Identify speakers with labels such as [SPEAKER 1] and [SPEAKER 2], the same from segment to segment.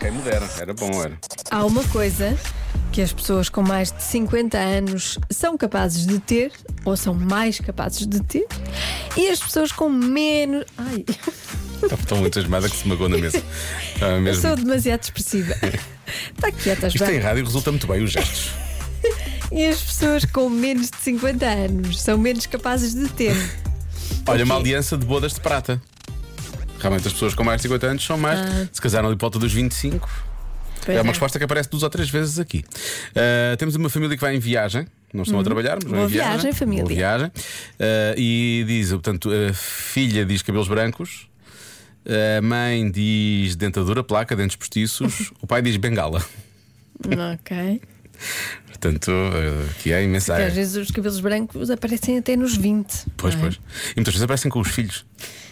[SPEAKER 1] quem me dera. Era bom, era.
[SPEAKER 2] Há uma coisa que as pessoas com mais de 50 anos são capazes de ter, ou são mais capazes de ter, e as pessoas com menos. Ai,
[SPEAKER 1] Estão muito entusiasmada que se magou na mesa. Ah,
[SPEAKER 2] eu
[SPEAKER 1] mesmo.
[SPEAKER 2] sou demasiado expressiva. Tá Está quietas,
[SPEAKER 1] Isto é- em
[SPEAKER 2] bem.
[SPEAKER 1] rádio resulta muito bem, os gestos.
[SPEAKER 2] E as pessoas com menos de 50 anos são menos capazes de
[SPEAKER 1] É
[SPEAKER 2] ter.
[SPEAKER 1] Olha, uma aliança de bodas de prata. Realmente as pessoas com mais de 50 anos são mais. Se casaram ali por volta dos 25.
[SPEAKER 2] Pois
[SPEAKER 1] é uma
[SPEAKER 2] é.
[SPEAKER 1] resposta que aparece duas ou três vezes aqui. Ah, temos uma família que vai em viagem. Não estão a trabalhar, mas vão
[SPEAKER 2] Boa
[SPEAKER 1] em viagem.
[SPEAKER 2] viagem, família.
[SPEAKER 1] Boa viagem. Ah, e diz, portanto, a filha diz cabelos brancos. A mãe diz dentadura, placa, dentes postiços. o pai diz bengala. É.
[SPEAKER 2] Ok.
[SPEAKER 1] Portanto, ah, aqui é a
[SPEAKER 2] Porque
[SPEAKER 1] mensagem.
[SPEAKER 2] Às vezes os cabelos brancos aparecem até nos 20.
[SPEAKER 1] Pois,
[SPEAKER 2] não é?
[SPEAKER 1] pois. E muitas vezes aparecem com os filhos.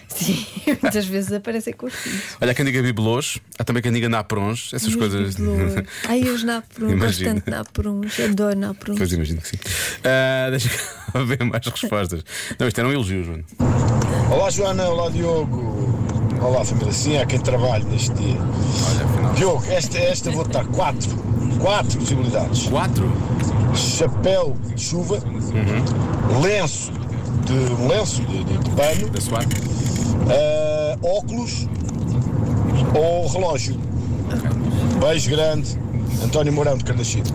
[SPEAKER 2] Sim, muitas vezes aparecem com os filhos.
[SPEAKER 1] Olha, há quem diga bibelôs, há também quem diga naprons, essas
[SPEAKER 2] Ai,
[SPEAKER 1] coisas.
[SPEAKER 2] os bibelôs. Ai, eu os naprons,
[SPEAKER 1] Imagina.
[SPEAKER 2] bastante naprons, adoro naprons.
[SPEAKER 1] Pois é. imagino que sim. Ah, deixa eu ver mais respostas. Não, isto era um elogio, João.
[SPEAKER 3] Olá Joana, olá Diogo. Olá família, sim, há quem trabalhe neste dia.
[SPEAKER 1] Olha, afinal.
[SPEAKER 3] Diogo, esta, esta vou dar quatro, quatro possibilidades.
[SPEAKER 1] Quatro?
[SPEAKER 3] Chapéu de chuva,
[SPEAKER 1] Uhum.
[SPEAKER 3] lenço de um lenço de, de- de banho,
[SPEAKER 1] Da SWAT?
[SPEAKER 3] ah, óculos ou relógio. Beijo grande, António Mourão de Carnaxide.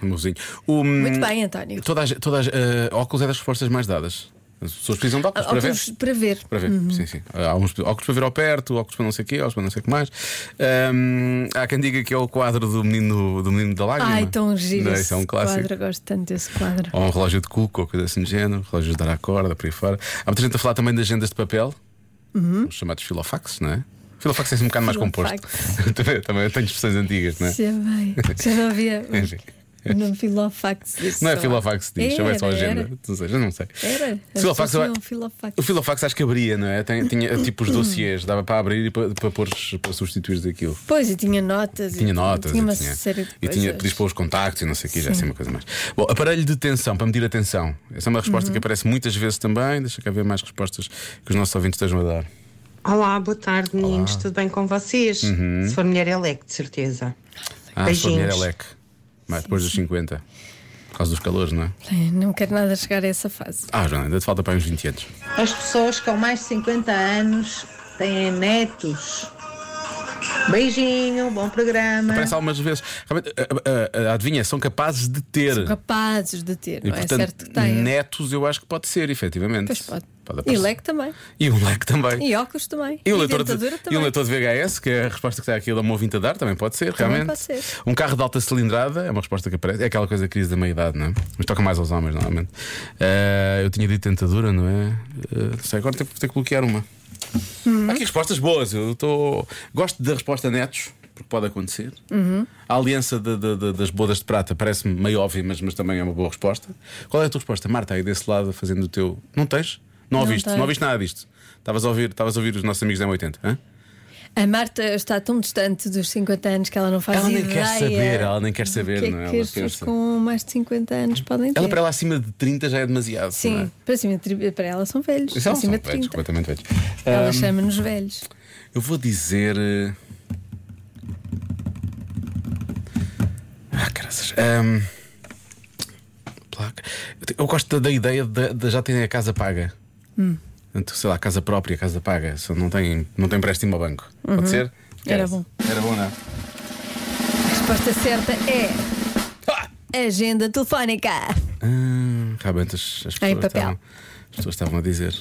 [SPEAKER 1] Meuzinho. O, hum,
[SPEAKER 2] Muito bem, António.
[SPEAKER 1] Toda a, gen- toda a, gen- ah, óculos é das respostas mais dadas. As pessoas precisam de óculos para ver.
[SPEAKER 2] Ah, Óculos Uhum. para ver.
[SPEAKER 1] Para ver, sim, sim. Ah, Há uns óculos para ver ao perto, óculos para não sei o quê, óculos para não sei o que mais. Hum, há quem diga que é o quadro do menino, do menino da lágrima.
[SPEAKER 2] Ai, tão giro.
[SPEAKER 1] Não,
[SPEAKER 2] esse
[SPEAKER 1] Isso é um clássico.
[SPEAKER 2] Quadro, gosto tanto desse quadro.
[SPEAKER 1] Ou um relógio de cuco, ou coisa assim do género, relógios de dar à corda, por aí fora. Há muita gente a falar também de agendas de papel, os chamados filofax, não é? Filofax é um bocado mais composto.
[SPEAKER 2] Uhum. Filofax.
[SPEAKER 1] também, também tenho expressões antigas, não é?
[SPEAKER 2] Já bem. Já não havia
[SPEAKER 1] Enfim.
[SPEAKER 2] o nome filofax.
[SPEAKER 1] É,
[SPEAKER 2] disso,
[SPEAKER 1] Não é
[SPEAKER 2] sei lá.
[SPEAKER 1] filofax que se diz, ou é só
[SPEAKER 2] Era,
[SPEAKER 1] agenda.
[SPEAKER 2] era.
[SPEAKER 1] Não sei, já não sei.
[SPEAKER 2] Era. assim um As
[SPEAKER 1] Filofax,
[SPEAKER 2] pessoas
[SPEAKER 1] eu-
[SPEAKER 2] tinham filofax.
[SPEAKER 1] O filofax acho que abria, não é? Tem- Tinha, tipo os dossiês, dava para abrir e para, para, pôr, para substituir daquilo.
[SPEAKER 2] Pois, e tinha notas. e
[SPEAKER 1] Tinha notas
[SPEAKER 2] Tinha
[SPEAKER 1] e
[SPEAKER 2] uma
[SPEAKER 1] tinha,
[SPEAKER 2] série de
[SPEAKER 1] e
[SPEAKER 2] coisas.
[SPEAKER 1] tinha pedidos para os contactos e não sei o que, já assim uma coisa mais. Bom, aparelho de tensão, para medir a tensão. Essa é uma resposta que
[SPEAKER 2] Uhum.
[SPEAKER 1] aparece muitas vezes também. Deixa cá ver mais respostas que os nossos ouvintes estejam a dar.
[SPEAKER 4] Olá, boa tarde, meninos. Tudo bem com vocês? Se for mulher, é leque, de certeza.
[SPEAKER 1] Uhum. Ah,
[SPEAKER 4] Beijinhos.
[SPEAKER 1] sua mulher é leque. Mas depois dos 50. Por causa dos calores, não é?
[SPEAKER 2] Ai, Não quero nada chegar a essa fase.
[SPEAKER 1] Ah, Joana, ainda te falta para aí uns 20 anos.
[SPEAKER 5] As pessoas com mais de 50 anos têm netos. Beijinho, bom programa.
[SPEAKER 1] Aparece
[SPEAKER 2] Ah.
[SPEAKER 1] algumas vezes. Realmente, a, a- a- adivinha, são capazes de ter.
[SPEAKER 2] Capazes de ter,
[SPEAKER 1] É. E
[SPEAKER 2] não é certo que tem.
[SPEAKER 1] netos eu acho que pode ser, efetivamente.
[SPEAKER 2] Pois pode. e
[SPEAKER 1] aparecer.
[SPEAKER 2] leque também.
[SPEAKER 1] E um leque também.
[SPEAKER 2] E óculos também.
[SPEAKER 1] E um, leitor de,
[SPEAKER 2] dentadura
[SPEAKER 1] e
[SPEAKER 2] também.
[SPEAKER 1] um leitor de VHS, que é a resposta que está aqui da uma ouvinte a dar, também pode ser,
[SPEAKER 2] Também
[SPEAKER 1] realmente.
[SPEAKER 2] pode ser.
[SPEAKER 1] Um carro de alta cilindrada é uma resposta que aparece. É aquela coisa da crise da meia-idade, não é? Mas toca mais aos homens, normalmente. Ah, eu tinha dito tentadura, não é? Ah, não sei, agora tenho, tenho que bloquear uma. Há aqui respostas boas. Eu estou Gosto da resposta netos, porque pode acontecer.
[SPEAKER 2] Uhum.
[SPEAKER 1] A aliança de- de- de- das bodas de prata parece-me meio óbvia, mas, mas também é uma boa resposta. Qual é a tua resposta, Marta, aí desse lado, fazendo o teu. Não tens? Não ouviste? Não,
[SPEAKER 2] tenho.
[SPEAKER 1] ouviste nada disto? Estavas a ouvir, estavas a ouvir os nossos amigos da M80, hã?
[SPEAKER 2] A Marta está tão distante dos 50 anos que ela não faz
[SPEAKER 1] Ela nem
[SPEAKER 2] ideia.
[SPEAKER 1] quer saber, ela nem quer
[SPEAKER 2] O
[SPEAKER 1] saber,
[SPEAKER 2] que é
[SPEAKER 1] não é?
[SPEAKER 2] que
[SPEAKER 1] Ela
[SPEAKER 2] as pessoas
[SPEAKER 1] pensa.
[SPEAKER 2] com mais de 50 anos podem ter?
[SPEAKER 1] Ela para ela acima de 30 já é demasiado. Não
[SPEAKER 2] Sim,
[SPEAKER 1] é?
[SPEAKER 2] para, cima de tri- para ela são velhos.
[SPEAKER 1] Isso é um-
[SPEAKER 2] acima
[SPEAKER 1] são
[SPEAKER 2] de
[SPEAKER 1] velhos,
[SPEAKER 2] 30.
[SPEAKER 1] completamente velhos.
[SPEAKER 2] Ela chama-nos velhos.
[SPEAKER 1] Eu vou dizer. eh, Ah, graças. Ahm, placa. Eu te- Eu gosto da, da ideia de, de já terem a casa paga.
[SPEAKER 2] Hum.
[SPEAKER 1] Portanto, sei lá, casa própria, casa paga. Só não tem, não tem empréstimo ao banco. Pode ser?
[SPEAKER 2] Uhum. Era
[SPEAKER 1] Quer-se.
[SPEAKER 2] bom.
[SPEAKER 1] Era bom, não? é?
[SPEAKER 2] A resposta certa é
[SPEAKER 1] Ah!
[SPEAKER 2] agenda telefónica.
[SPEAKER 1] Ah, realmente as, as pessoas
[SPEAKER 2] Em papel.
[SPEAKER 1] estavam. As pessoas estavam a dizer.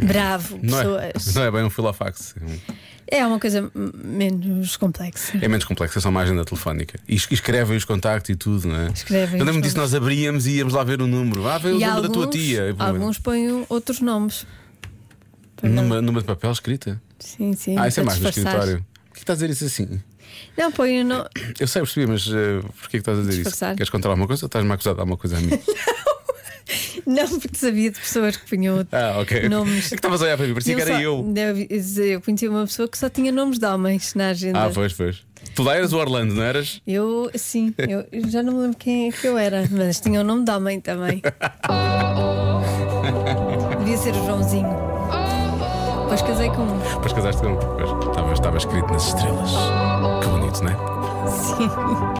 [SPEAKER 2] Bravo,
[SPEAKER 1] Não é,
[SPEAKER 2] pessoas.
[SPEAKER 1] não é bem um filofax. É, um-
[SPEAKER 2] É uma coisa hum, menos complexa.
[SPEAKER 1] é menos complexo, é só uma agenda telefónca. E es- escrevem os contactos e tudo, não é? Eu
[SPEAKER 2] Escrevem os
[SPEAKER 1] lembro-me disso, nós abríamos e íamos lá ver o número. Ah, vê o
[SPEAKER 2] e
[SPEAKER 1] número
[SPEAKER 2] alguns,
[SPEAKER 1] da tua tia. Eu, pelo menos,
[SPEAKER 2] alguns põem outros nomes. Para não-
[SPEAKER 1] Numa, numa de papel escrita?
[SPEAKER 2] Sim, sim.
[SPEAKER 1] ah, isso é
[SPEAKER 2] para
[SPEAKER 1] mais no
[SPEAKER 2] disfarçar.
[SPEAKER 1] escritório. Por que estás a dizer isso assim?
[SPEAKER 2] Não, põem o nome.
[SPEAKER 1] Eu sei, eu percebi, mas eh, porquê que estás a dizer
[SPEAKER 2] Disfarçar.
[SPEAKER 1] isso? Queres contar alguma coisa ou estás-me a acusar de alguma coisa a mim?
[SPEAKER 2] Não, porque sabia de pessoas que punham
[SPEAKER 1] ah, ok.
[SPEAKER 2] nomes.
[SPEAKER 1] É que estavas a olhar para mim, parecia
[SPEAKER 2] Não
[SPEAKER 1] que era
[SPEAKER 2] só-
[SPEAKER 1] eu.
[SPEAKER 2] Deve dizer, Eu conheci uma pessoa que só tinha nomes de homens na agenda.
[SPEAKER 1] Ah, pois, pois. Tu lá eras o Orlando, não eras?
[SPEAKER 2] Eu, sim, eu eu já não me lembro quem é que eu era, mas tinha o nome de homem também. Devia ser o Joãozinho. Depois casei com um.
[SPEAKER 1] Depois casaste com. Pois, estava, estava escrito nas estrelas. Que bonito, não é?
[SPEAKER 2] Sim.